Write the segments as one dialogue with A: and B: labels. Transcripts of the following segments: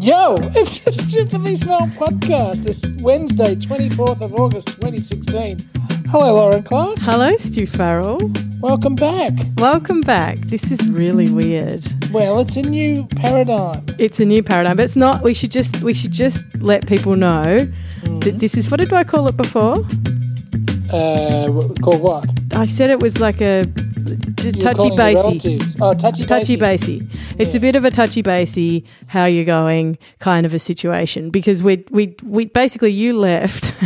A: Yo, it's the Stupidly Smart Podcast. It's Wednesday, 24th of August, 2016. Hello, Lauren Clark.
B: Hello, Stu Farrell.
A: Welcome back.
B: Welcome back. This is really weird.
A: Well, it's a new paradigm.
B: It's a new paradigm, but it's not. We should just we should just let people know that this is what did I call it before?
A: Uh, wh- called what?
B: I said it was like a t-
A: You're
B: touchy
A: calling your
B: basey.
A: relatives. Oh, touchy
B: Touchy
A: basey.
B: basey. It's a bit of a touchy basey, how you're going kind of a situation because we we we basically you left.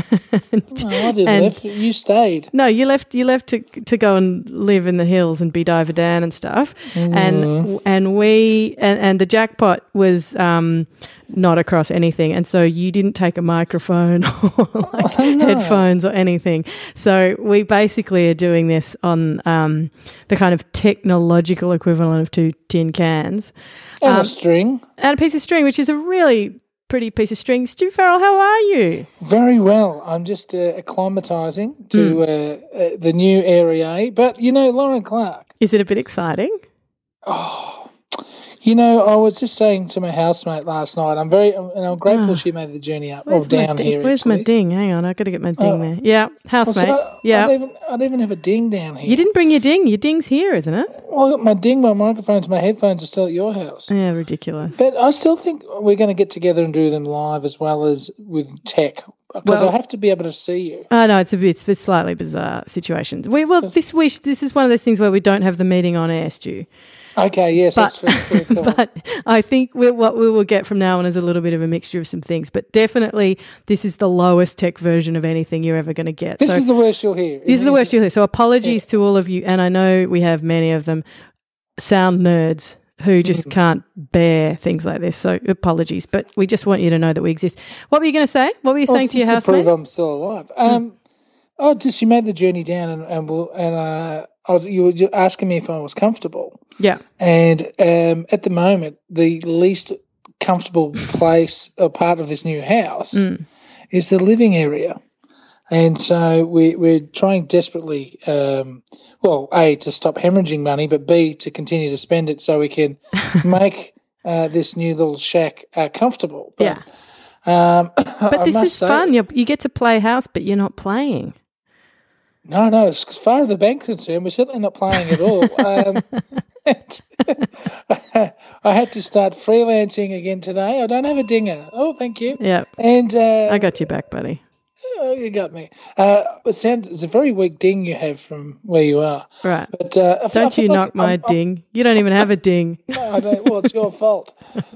A: No, Oh, I didn't
B: And-
A: live. You stayed.
B: No, you left. You left to to go and live in the hills and be diver Dan and stuff. And and we and, and the jackpot was um, not across anything. And so you didn't take a microphone or like headphones or anything. So we basically are doing this on um, the kind of technological equivalent of two tin cans
A: And
B: um,
A: a string.
B: and a piece of string, which is a really pretty piece of string. Stu Farrell, how are you?
A: Very well. I'm just uh, acclimatizing to
B: Hmm.
A: uh, uh, the new area. But, you know, Lauren Clark,
B: Is it a bit exciting?
A: You know, I was just saying to my housemate last night. I'm very, and I'm grateful she made the journey up or
B: Ah. Where's my
A: down
B: ding?
A: here.
B: Where's my
A: actually. Oh.
B: ding? Hang on, I got to get my ding there. Yeah,
A: So
B: housemate.
A: I, I
B: yeah,
A: don't even, I don't even have a ding down here.
B: you didn't bring your ding. Your ding's here, isn't it?
A: Well, I got my ding, my microphones, my headphones are still at your house.
B: Yeah, ridiculous.
A: But I still think we're going to get together and do them live as well as with tech because
B: Well-
A: I have to be able to see you.
B: I know Oh, it's a bit, it's a slightly bizarre situation. We well, this we sh- this is one of those things where we don't have the meeting on air, Stu.
A: Okay, yes, that's fair, fair call.
B: But I think we what we will get from now on is a little bit of a mixture of some things. But definitely, this is the lowest tech version of anything you're ever going to get.
A: this
B: so
A: is the worst you'll hear.
B: This is the worst you hear. So apologies to all of you, and I know we have many of them, sound nerds who
A: Mm.
B: just can't bear things like this. So apologies, but we just want you to know that we exist. What were you going to say? What were you
A: Well,
B: saying
A: it's
B: to your
A: just to
B: housemate? Hmm.
A: prove I'm still alive. Um, Oh, just you made the journey down, and and, we'll, and uh, I was you were ju- asking me if I was comfortable,
B: yeah,
A: and um, at the moment, the least comfortable place or part of this new house
B: Hmm.
A: is the living area, and so we, we're trying desperately, um, well, a to stop hemorrhaging money, but b to continue to spend it so we can make uh, this new little shack uh, comfortable. But,
B: yeah.
A: um,
B: But
A: I
B: this
A: must
B: is
A: say-
B: fun. You're, you get to play house, but you're not playing.
A: No, no. As as far as the bank's concerned, we're certainly not playing at all. Um, and I had to start freelancing again today. I don't have a dinger. Oh, thank you.
B: Yeah,
A: And uh,
B: I got you back, buddy.
A: oh, you got me. Uh, it sounds it's a very weak ding you have from where you are.
B: Right.
A: But uh, I feel- I
B: Don't
A: feel
B: you
A: like
B: knock my
A: I'm- I'm-
B: ding. You don't even have a ding.
A: no, I don't. Well, it's your fault.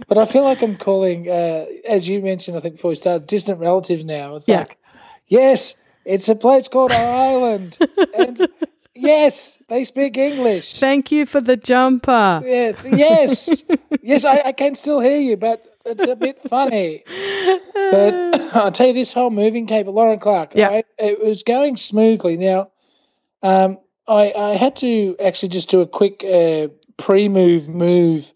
A: But I feel like I'm calling, uh, as you mentioned, I think before we started, distant relatives now. It's
B: Yeah.
A: like, yes, it's a place called Ireland. and yes, they speak English.
B: Thank you for the jumper.
A: Yeah, yes, yes, I, I can still hear you, but it's a bit funny. But I'll tell you, this whole moving cable, Lauren Clark,
B: Yeah.
A: I, it was going smoothly. Now, um, I, I had to actually just do a quick uh, pre move move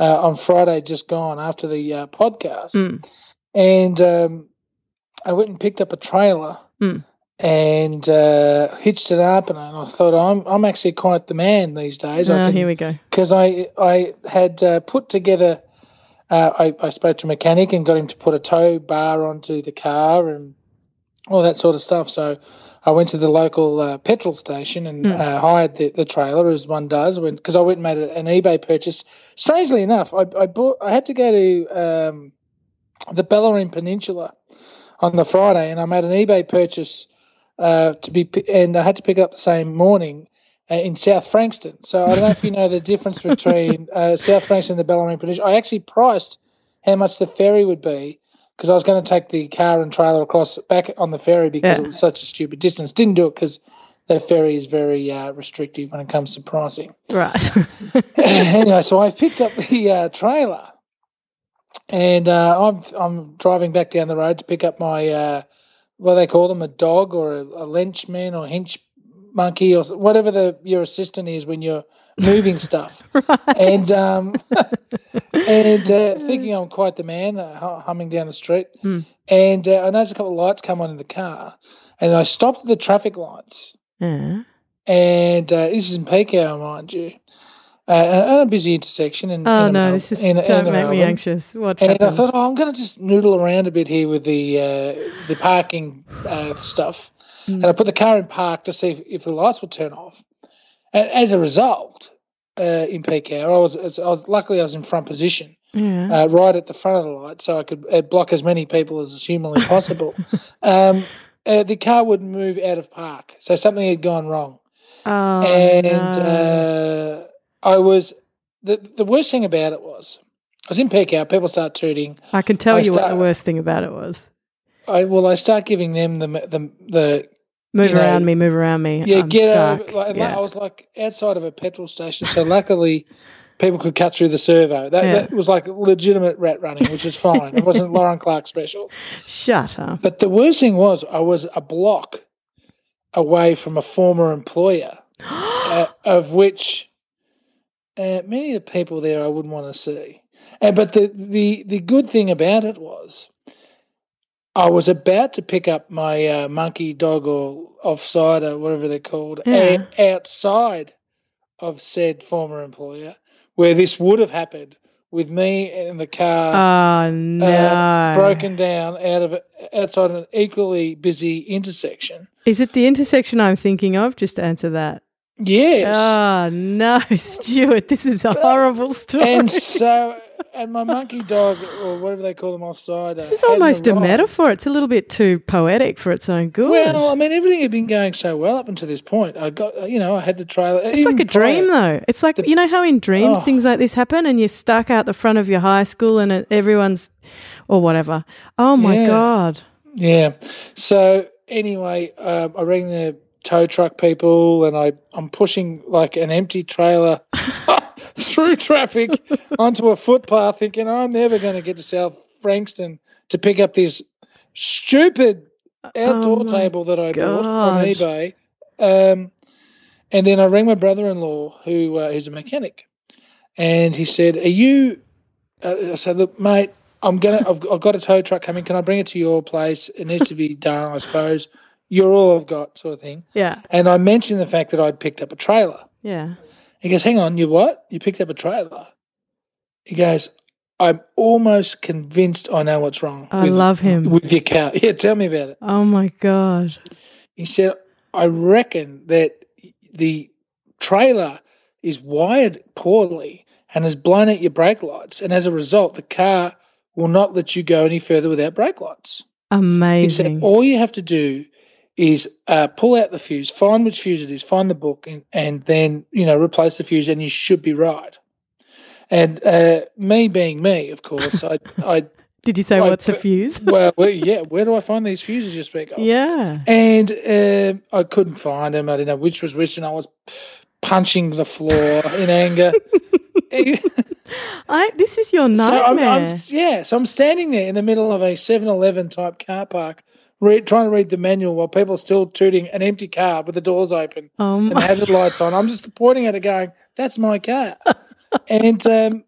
A: uh, on Friday, just gone after the uh, podcast.
B: Mm.
A: And um, I went and picked up a trailer.
B: Mm.
A: And uh, hitched it up, and I thought I'm I'm actually quite the man these days. I
B: Oh,
A: can
B: here we go.
A: because I I had uh, put together. Uh, I, I spoke to a mechanic and got him to put a tow bar onto the car and all that sort of stuff. So I went to the local uh, petrol station and uh, hired the, the trailer as one does. Because I went and made an eBay purchase. Strangely enough, I, I bought. I had to go to um, the Bellarine Peninsula on the Friday, and I made an eBay purchase uh, to be, p- and I had to pick it up the same morning uh, in South Frankston. So I don't know if you know the difference between uh, South Frankston and the Bellarine Peninsula. I actually priced how much the ferry would be because I was going to take the car and trailer across back on the ferry because
B: Yeah.
A: it was such a stupid distance. Didn't do it because the ferry is very uh, restrictive when it comes to pricing
B: Right.
A: anyway, so I picked up the uh, trailer, and uh, I'm I'm driving back down the road to pick up my uh, what do they call them a dog or a, a lenchman or hench monkey or s- whatever the your assistant is when you're moving stuff. And um, and uh, thinking I'm quite the man, uh, hu- humming down the street, and uh, I noticed a couple of lights come on in the car, and I stopped at the traffic lights
B: yeah.
A: and uh, this is in peak hour, mind you. uh, at a busy intersection. In,
B: Oh
A: in
B: no,
A: Mel-
B: this is
A: in-
B: don't
A: in
B: make me
A: Melbourne.
B: anxious. What's
A: And I
B: happened?
A: thought, oh, I'm going to just noodle around a bit here with the uh, the parking uh, stuff.
B: Hmm.
A: And I put the car in park to see if, if the lights would turn off. And as a result, uh, in peak hour, I was, I was luckily I was in front position,
B: yeah.
A: uh, right at the front of the light, so I could uh, block as many people as is humanly possible. um, uh, the car would move out of park, so something had gone wrong
B: oh,
A: and
B: no.
A: uh, I was the the worst thing about it was I was in peak hour. People start tooting.
B: I can tell
A: I
B: you what the
A: start-
B: worst thing about it was.
A: I well, I start giving them the the the
B: Move
A: you know,
B: around me, move around me.
A: yeah
B: I'm
A: get
B: stuck.
A: over. Like,
B: yeah.
A: I was like outside of a petrol station, so luckily people could cut through the servo. That,
B: Yeah.
A: that was like legitimate rat running, which is fine. it wasn't Lauren Clark specials.
B: Shut up.
A: But the worst thing was I was a block away from a former employer, uh, of which uh, many of the people there I wouldn't want to see. And but the, the the good thing about it was I was about to pick up my uh, monkey dog or offside or whatever they're called
B: Yeah.
A: a- outside of said former employer, where this would have happened with me in the car
B: Oh no.
A: uh, broken down out of outside an equally busy intersection.
B: Is it the intersection I'm thinking of? Just answer that.
A: Yes.
B: Oh no, Stuart, this is a horrible story.
A: and so and my monkey dog or whatever they call them offside.
B: this is almost a metaphor. It's a little bit too poetic for its own good.
A: Well, I mean, everything had been going so well up until this point. I got, you know, I had the trailer.
B: It's like a dream, though. It's like you know how in dreams
A: Oh.
B: things like this happen, and you're stuck out the front of your high school, and it- everyone's or whatever. Oh my
A: Yeah.
B: god!
A: Yeah. So anyway, um, I rang the tow truck people, and I I'm pushing like an empty trailer through traffic onto a footpath, thinking I'm never going to get to South Frankston to pick up this stupid outdoor
B: Oh, my
A: table that I bought on
B: gosh.
A: eBay. Um, and then I rang my brother-in-law, who uh, who's a mechanic, and he said, "Are you?" Uh, I said, "Look, mate, I'm gonna. I've, I've got a tow truck coming. Can I bring it to your place? It needs to be done, I suppose. You're all I've got, sort of thing."
B: Yeah,
A: And I mentioned the fact that I'd picked up a trailer.
B: yeah.
A: He goes, "Hang on, you what? You picked up a trailer?" He goes, "I'm almost convinced I know what's wrong
B: I love him.
A: with your car. Yeah, tell me about it."
B: Oh my god!
A: He said, I reckon that the trailer is wired poorly and has blown out your brake lights. And as a result, the car will not let you go any further without brake lights. He said,
B: Amazing.
A: all you have to do is uh, pull out the fuse, find which fuse it is, find the book, and, and then, you know, replace the fuse, and you should be right. And uh, me being me, of course, I, I
B: Did you say
A: like,
B: what's a
A: but-
B: fuse?
A: well, well, yeah, where do I find these fuses you speak of?
B: yeah.
A: and um, I couldn't find him. I didn't know which was which, and I was punching the floor in anger.
B: I, this is your
A: so I'm, I'm,
B: nightmare.
A: yeah, so I'm standing there in the middle of a 7-Eleven type car park, read, trying to read the manual while people are still tooting an empty car with the doors open
B: oh
A: and the
B: my,
A: hazard lights on. I'm just pointing at it, going, "That's my car." and um,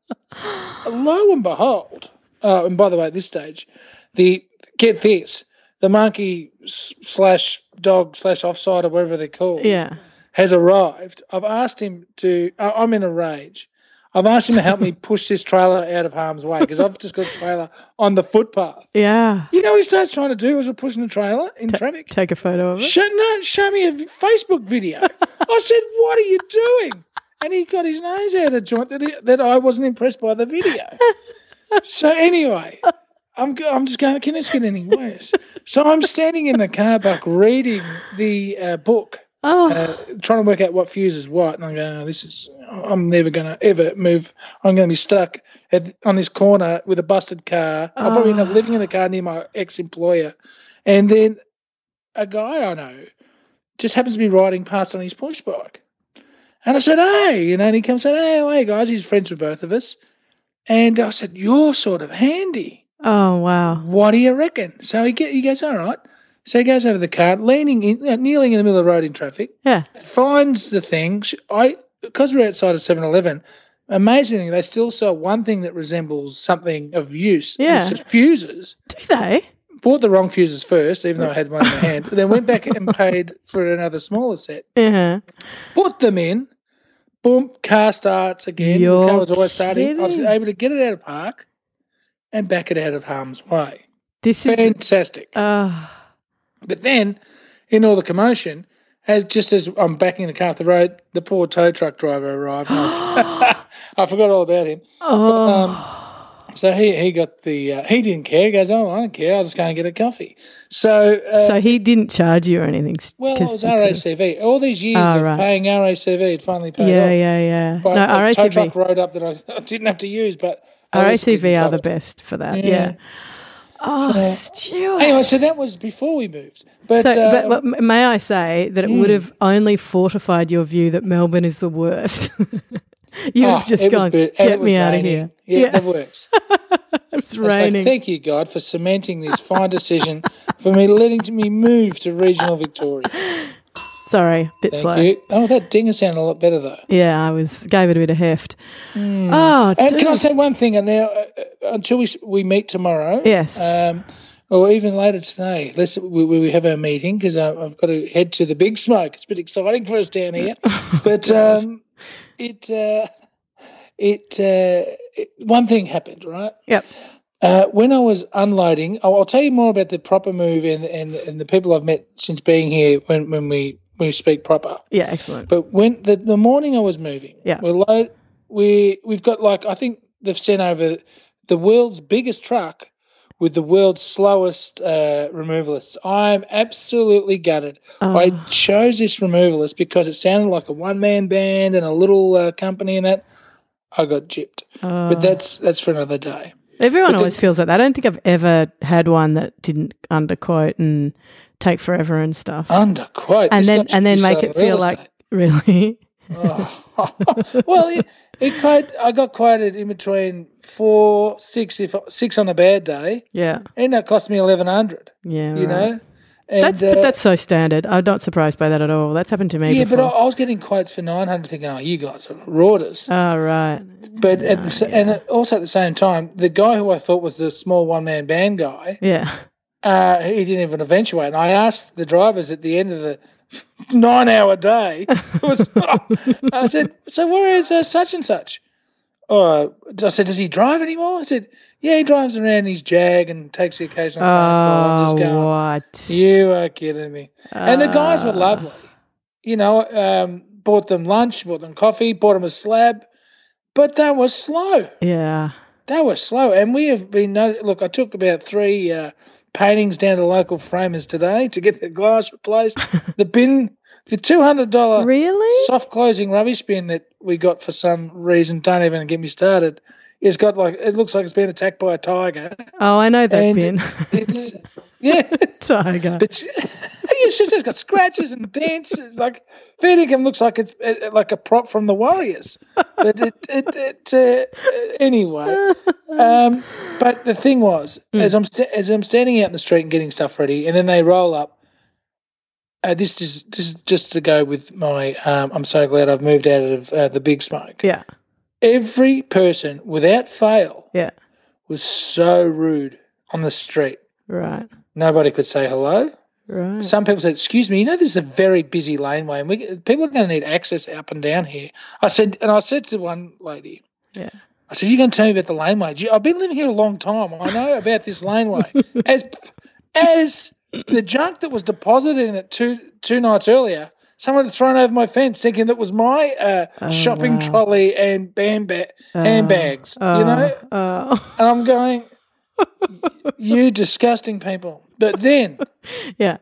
A: lo and behold, oh, and by the way, at this stage, the get this, the monkey s- slash dog slash offside or whatever they're called,
B: yeah.
A: has arrived. I've asked him to. I- I'm in a rage. I've asked him to help me push this trailer out of harm's way because I've just got a trailer on the footpath.
B: Yeah.
A: You know what he starts trying to do is we're pushing the trailer in traffic.
B: Take a photo of it.
A: Show, no, show me a Facebook video. I said, "What are you doing?" And he got his nose out of joint that he, that I wasn't impressed by the video. So anyway, I'm go- I'm just going. Can this get any worse? So I'm standing in the car park reading the uh, book,
B: Oh,
A: uh, trying to work out what fuse is what, and I'm going, oh, "This is. I'm never going to ever move. I'm going to be stuck at, on this corner with a busted car. I'll probably end up living in the car near my ex-employer." And then a guy I know just happens to be riding past on his push bike. And I said, hey, you know, and he comes and hey, hey, guys, he's friends with both of us. And I said, you're sort of handy.
B: oh wow.
A: What do you reckon? So he, get, he goes, all right. So he goes over the car, leaning in, uh, kneeling in the middle of the road in traffic,
B: Yeah.
A: finds the thing. Sh- I, because we're outside of 7 Eleven, amazingly, they still sell one thing that resembles something of use.
B: Yeah.
A: It's just fuses
B: Do they?
A: bought the wrong fuses first, even though I had one in my hand.
B: Uh-huh.
A: Then went back and paid for another smaller set.
B: Yeah.
A: Put them in, boom, car starts again.
B: You're
A: the car was always starting. I was
B: kidding.
A: able to get it out of park and back it out of harm's way.
B: This is.
A: Fantastic.
B: Uh,
A: But then, in all the commotion, as just as I'm backing the car off the road, the poor tow truck driver arrived. And I, was- I forgot all about him.
B: oh.
A: So he, he got the uh, he didn't care. He goes, oh, I don't care. I'll just go and get a coffee. So uh,
B: so he didn't charge you or anything. s-
A: well, it
B: 'cause
A: was
B: he could've-
A: RACV. All these years
B: Ah,
A: of
B: right.
A: paying RACV, it finally paid
B: Yeah,
A: off.
B: yeah, yeah.
A: But
B: no,
A: a tow truck
B: RACV.
A: road up that I, I didn't have to use, but I was getting
B: RACV are the
A: covered.
B: best for
A: Yeah.
B: that. Yeah. Oh, Stuart.
A: Anyway, so that was before we moved. But,
B: So,
A: uh, Mm.
B: but, but m- may I say that it would have only fortified your view that Melbourne is the worst. you
A: oh,
B: have just
A: it was
B: gone,
A: bu- and it
B: get
A: was
B: me out of
A: raining."
B: here.
A: Yeah,
B: Yeah,
A: that works.
B: it's
A: It's like,
B: raining.
A: thank you, God, for cementing this fine decision for me letting me move to regional Victoria.
B: Sorry, bit
A: Thank
B: slow.
A: you. Oh, that dinger sounded a lot better though.
B: Yeah, I was gave it a bit of heft. Oh,
A: Mm. And can I
B: dude.
A: say one thing? And now, uh, uh, until we s- we meet tomorrow,
B: Yes.
A: um, or even later today, let's we, we we have our meeting because I've got to head to the big smoke. It's a bit exciting for us down here, but um, it uh, it, uh, it one thing happened right.
B: Yep.
A: Uh, when I was unloading, oh, I'll, I'll tell you more about the proper move and and and the people I've met since being here. When when we when we speak proper,
B: Yeah, excellent.
A: but when the, the morning I was moving,
B: Yeah.
A: we're load, we we've got like I think they've sent over the world's biggest truck with the world's slowest uh, removalists. I'm absolutely gutted. I
B: Oh,
A: chose this removalist because it sounded like a one man band and a little uh, company and that. I got gypped,
B: oh.
A: but that's that's for another day.
B: Everyone
A: but
B: always feels like that. I don't think I've ever had one that didn't underquote and take forever and stuff.
A: Under quote, this
B: and then
A: guy should
B: and
A: be
B: then make
A: selling
B: it feel
A: real
B: like
A: estate.
B: really.
A: Oh. well, it, it quite, I got quoted in between four, six, if six on a bad day,
B: Yeah.
A: and that cost me eleven hundred.
B: Yeah.
A: You
B: right.
A: know, and
B: That's
A: uh,
B: but that's so standard. I'm not surprised by that at all. That's happened to me
A: yeah,
B: before.
A: but I, I was getting quotes for nine hundred, thinking, oh, you guys are rotters.
B: oh right.
A: but at the, sa- and at- also at the same time, the guy who I thought was the small one man band guy,
B: Yeah.
A: uh, he didn't even eventuate. And I asked the drivers at the end of the nine hour day, it was, I said, So where is uh, such and such? Uh, I said, Does he drive anymore? I said, Yeah, he drives around in his Jag and takes the occasional phone call. oh, I'm just going,
B: Oh what?
A: You are kidding me. And the guys were
B: Ah.
A: lovely. You know, um, bought them lunch, bought them coffee, bought them a slab, but they were slow.
B: Yeah.
A: They were slow, and we have been. No- Look, I took about three uh, paintings down to local framers today to get the glass replaced. the bin, the two hundred dollar
B: Really?
A: soft closing rubbish bin that we got for some reason. Don't even get me started. It's got like it looks like it's been attacked by a tiger.
B: Oh, I know that
A: And-
B: bin.
A: It's yeah,
B: Tiger.
A: but it's just it's got scratches and dents. It's like Feddingham looks like it's uh, like a prop from the Warriors. But it, it, it uh, anyway. Um, but the thing was,
B: Hmm.
A: as I'm sta as I'm standing out in the street and getting stuff ready, and then they roll up. Uh, this is this is just to go with my. Um, I'm so glad I've moved out of uh, the big smoke.
B: yeah.
A: Every person, without fail,
B: Yeah.
A: was so rude on the street.
B: Right.
A: Nobody could say hello.
B: Right.
A: Mm. Some people said, "Excuse me, you know this is a very busy laneway, and we people are going to need access up and down here." I said, and I said to one lady,
B: Yeah.
A: I said, "You're going to tell me about the laneway? Do you- I've been living here a long time. I know about this laneway as as the junk that was deposited in it two two nights earlier." Someone had thrown over my fence, thinking that was my uh,
B: Oh,
A: shopping
B: wow.
A: trolley and bamba-
B: Oh,
A: handbags.
B: oh,
A: you know,
B: Oh.
A: and I'm going, "You disgusting people!" But then
B: yeah.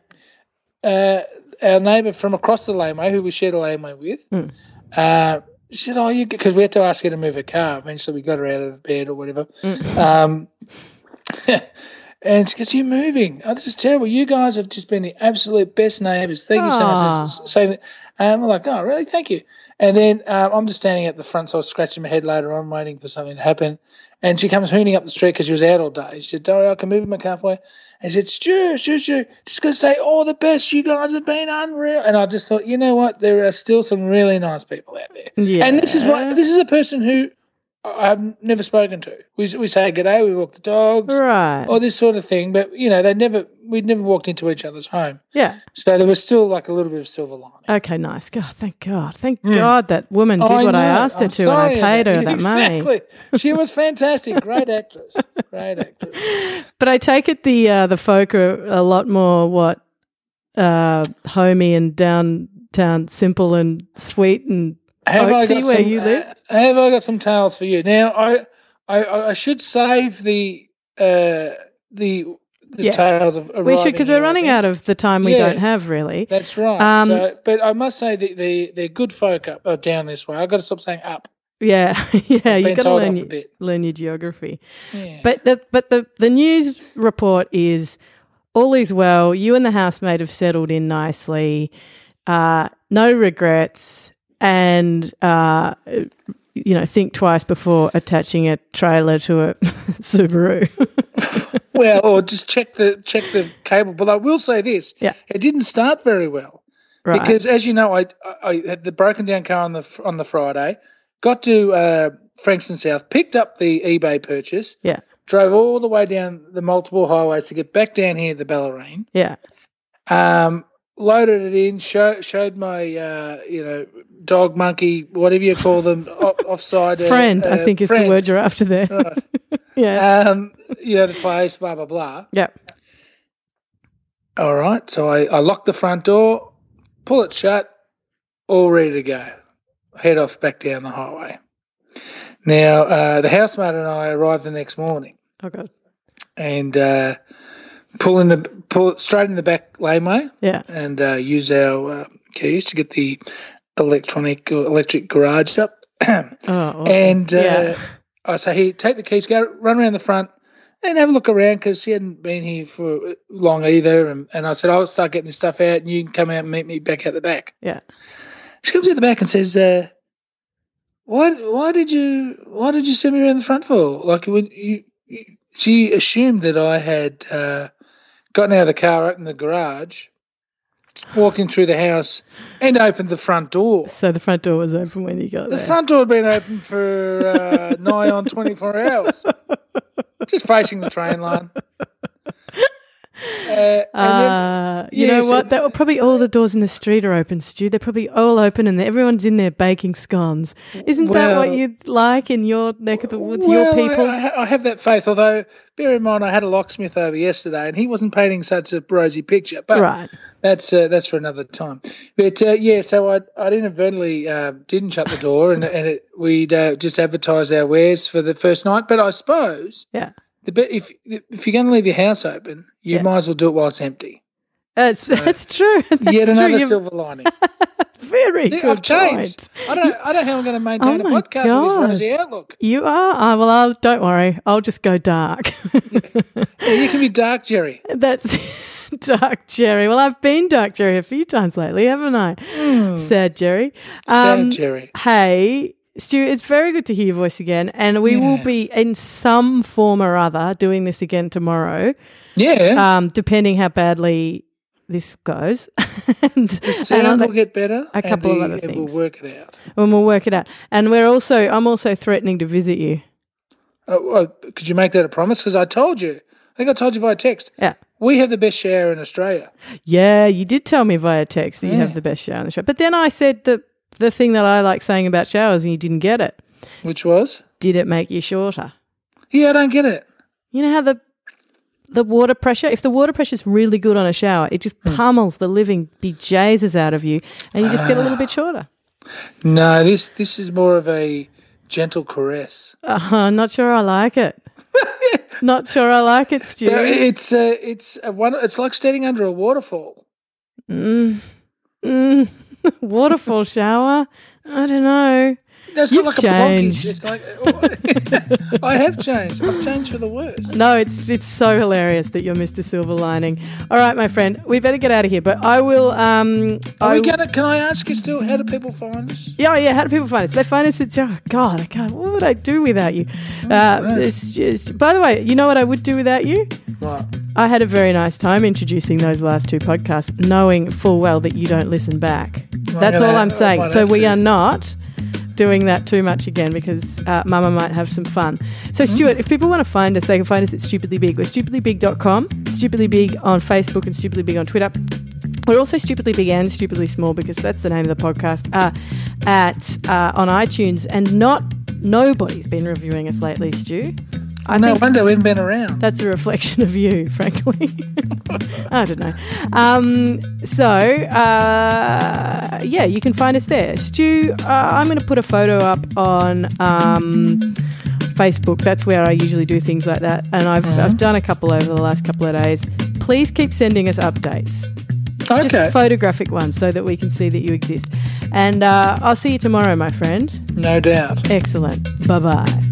A: uh, our neighbour from across the laneway, who we shared a laneway with,
B: Mm.
A: uh, she said, "Oh, you," because we had to ask her to move her car. Eventually, we got her out of bed or whatever. Um, and she goes, "You're moving. Oh, this is terrible. You guys have just been the absolute best neighbours. Thank you so
B: Aw.
A: much." So, and we're like, "Oh, really? Thank you." And then um, I'm just standing at the front, so I was scratching my head later on, waiting for something to happen. And she comes hooning up the street because she was out all day. She said, Don't worry, I can move my car for you. And she said, Stu, Stu, Stu, just going to say, all the best. You guys have been unreal. And I just thought, you know what? There are still some really nice people out there.
B: Yeah.
A: And this is what this is a person who I- I've never spoken to. We, we say good day, we walk the dogs,
B: Right.
A: all this sort of thing. But, you know, they never, we'd never walked into each other's home.
B: Yeah.
A: So there was still like a little bit of silver lining.
B: Okay, nice. God, thank God. Thank God that woman did what I
A: Hmm. know,
B: asked her
A: I'm
B: to
A: sorry
B: and I paid
A: about-
B: her that money.
A: Exactly. She was fantastic. Great actress. Great actress.
B: But I take it the uh, the folk are a lot more what uh, homey and downtown simple and sweet and folksy where you live.
A: uh, have I got some tales for you? Now I I- I, I should save the uh the the
B: Yes.
A: tales of
B: we should because we're running out of the time we
A: Yeah.
B: don't have really.
A: That's right.
B: Um,
A: so, but I must say that the they're good folk up uh, down this way. I've got to stop saying up.
B: Yeah, yeah.
A: Been
B: You got to
A: told off
B: learn
A: a
B: your-
A: bit.
B: learn your geography.
A: Yeah.
B: But the but the the news report is all is well. You and the housemaid have settled in nicely. Uh, no regrets, and uh, you know think twice before attaching a trailer to a Subaru.
A: well, or just check the check the cable. But I will say this:
B: Yeah.
A: it didn't start very well
B: right.
A: because, as you know, I, I I had the broken down car on the fr- on the Friday, got to uh, Frankston South, picked up the eBay purchase,
B: Yeah.
A: drove all the way down the multiple highways to get back down here to Ballerine,
B: yeah.
A: um, loaded it in, show, showed my uh, you know dog, monkey, whatever you call them, o- offside uh,
B: Friend, I
A: uh,
B: think is the
A: friend. Uh,
B: word you're after there.
A: Right.
B: yeah.
A: Um, you know the place, blah blah blah.
B: yeah.
A: All right. So I, I lock the front door, pull it shut, all ready to go. Head off back down the highway. Now, uh, the housemaid and I arrived the next morning
B: Oh god.
A: and uh, pull in the pull it straight in the back laneway
B: Yeah.
A: and uh, use our uh, keys to get the electronic or electric garage up.
B: Oh. awesome.
A: and uh,
B: yeah.
A: I say, here, take the keys, go run around the front and have a look around because she hadn't been here for long either. And, and I said, I'll start getting this stuff out and you can come out and meet me back out the back.
B: Yeah.
A: She comes out the back and says, uh, why, why did you why did you send me around the front for? Like when you, you she assumed that I had uh, gotten out of the car, opened the garage, walked in through the house, and opened the front door.
B: So the front door was open when you got
A: The
B: there.
A: front door had been open for uh, nigh on 24 hours, just facing the train line. Uh, and then,
B: Uh, you know
A: yes,
B: what?
A: and-
B: That were probably all the doors in the street are open, Stu. They're probably all open, and everyone's in there baking scones. Isn't that what
A: Well-
B: you'd like in your neck of the woods?
A: well,
B: your people.
A: I, I ha- I have that faith, although bear in mind I had a locksmith over yesterday and he wasn't painting such a rosy picture, but
B: right.
A: that's uh, that's for another time. But uh, yeah, so I, I inadvertently uh, didn't shut the door and, and it, we'd uh, just advertised our wares for the first night, but I suppose
B: Yeah.
A: the bit, if, if you're going to leave your house open, you
B: Yeah.
A: might as well do it while it's empty.
B: That's that's true. That's
A: Yet
B: true.
A: another
B: You're
A: silver lining.
B: very
A: Yeah,
B: good
A: I've changed.
B: point.
A: I don't. I don't know how I'm going to maintain
B: Oh
A: a
B: my
A: podcast with this
B: God.
A: rosy outlook.
B: You are. I well, I'll, don't worry. I'll just go dark.
A: Yeah, you can be dark, Jerry.
B: That's dark, Jerry. Well, I've been dark, Jerry, a few times lately, haven't I? Sad, Jerry.
A: Hmm. Sad
B: Um,
A: Jerry.
B: Hey, Stu, it's very good to hear your voice again. And we will
A: Yeah.
B: be in some form or other doing this again tomorrow,
A: Yeah.
B: um, depending how badly this goes. and,
A: the
B: and
A: sound
B: I'll-
A: will get better.
B: a couple of
A: and the-
B: other
A: and
B: things.
A: We'll work it out.
B: and we'll work it out. And we're also, I'm also threatening to visit you.
A: Oh, oh, could you make that a promise? Because I told you. I think I told you via text.
B: Yeah.
A: We have the best shower in Australia.
B: Yeah, you did tell me via text that you
A: Yeah.
B: have the best shower in the show. But then I said the, the thing that I like saying about showers and you didn't get it.
A: Which was?
B: Did it make you shorter?
A: Yeah, I don't get it.
B: You know how the the water pressure, if the water pressure's really good on a shower, it just
A: Hmm.
B: pummels the living bejesus out of you and you just get a little bit shorter.
A: No, this this is more of a gentle caress.
B: Uh, not sure I like it. not sure I like it, Stu.
A: Yeah, It's uh, it's a one. It's like standing under a waterfall.
B: Mm. Mm. Waterfall shower? I don't know.
A: That's
B: You've
A: not like
B: changed.
A: a blonkage. It's like I have changed. I've changed for the worse.
B: No, it's it's so hilarious that you're Mr. Silver Lining. All right, my friend, we better get out of here. But I will. Um,
A: Are
B: I
A: we gonna? Can I ask you still? How do people find us?
B: Yeah, oh, yeah. How do people find us? They find us at oh God, I can't. What would I do without you?
A: Oh,
B: Uh, it's just, by the way, you know what I would do without you?
A: Right.
B: I had a very nice time introducing those last two podcasts, knowing full well that you don't listen back.
A: gonna
B: That's all
A: have-
B: I'm
A: I
B: saying.
A: might
B: So
A: have
B: we
A: to.
B: are not doing that too much again because uh, Mama might have some fun. So, Stuart, if people want to find us, they can find us at Stupidly Big. We're stupidlybig.com, Stupidly Big on Facebook, and Stupidly Big on Twitter. We're also stupidly big and stupidly small because that's the name of the podcast. Uh, at uh, on iTunes, and not nobody's been reviewing us lately, Stu.
A: I no wonder we haven't been around.
B: That's a reflection of you, frankly. I don't know. Um, so, uh, yeah, you can find us there. Stu, uh, I'm going to put a photo up on um, Facebook. That's where I usually do things like that. And I've, I've done a couple over the last couple of days. Please keep sending us updates.
A: Okay.
B: Just photographic ones so that we can see that you exist. And uh, I'll see you tomorrow, my friend.
A: no doubt.
B: Excellent. Bye bye.